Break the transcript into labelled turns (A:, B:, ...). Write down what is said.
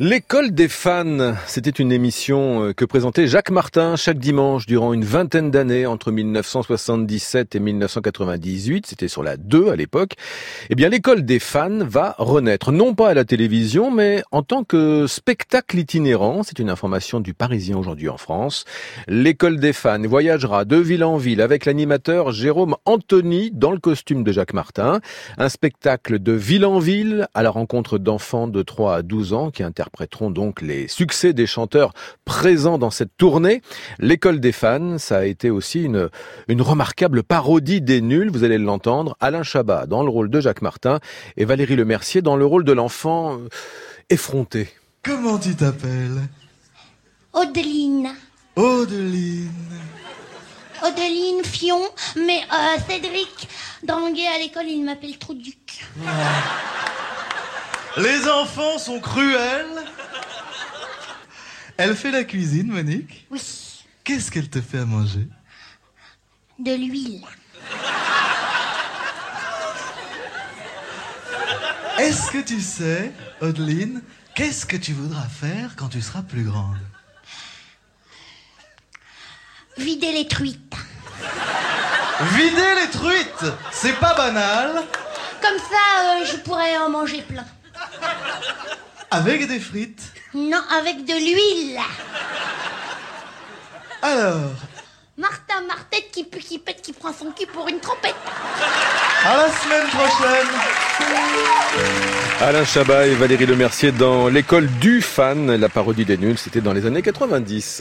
A: L'école des fans, c'était une émission euh, que présentait Jacques Martin chaque dimanche durant une vingtaine d'années entre 1977 et 1998. C'était sur la 2 à l'époque. Eh bien, l'école des fans va renaître, non pas à la télévision, mais en tant que spectacle itinérant. C'est une information du Parisien aujourd'hui en France. L'école des fans voyagera de ville en ville avec l'animateur Jérôme Anthony dans le costume de Jacques Martin. Un spectacle de ville en ville à la rencontre d'enfants de 3 à 12 ans qui interprètent interpréteront donc les succès des chanteurs présents dans cette tournée. L'école des fans, ça a été aussi une, une remarquable parodie des nuls, vous allez l'entendre, Alain Chabat dans le rôle de Jacques Martin et Valérie Lemercier dans le rôle de l'enfant euh, effronté.
B: Comment tu t'appelles
C: Odeline.
B: Odeline.
C: Odeline Fion, mais euh, Cédric Dranguet à l'école, il m'appelle Trouduc.
B: Les enfants sont cruels. Elle fait la cuisine, Monique
C: Oui,
B: Qu'est-ce qu'elle te fait à manger
C: de l'huile.
B: Est-ce que tu sais, Odeline, qu'est-ce que tu voudras faire quand tu seras plus grande
C: Vider les truites.
B: Vider les truites C'est pas banal
C: Comme ça, euh, je pourrais en manger plein.
B: Avec des frites.
C: Non, avec de l'huile.
B: Alors,
C: Martin Martette qui pue, qui pète, qui prend son cul pour une trompette.
B: à la semaine prochaine
A: Alain Chabat et Valérie Lemercier dans l'école du fan, la parodie des nuls, c'était dans les années 90.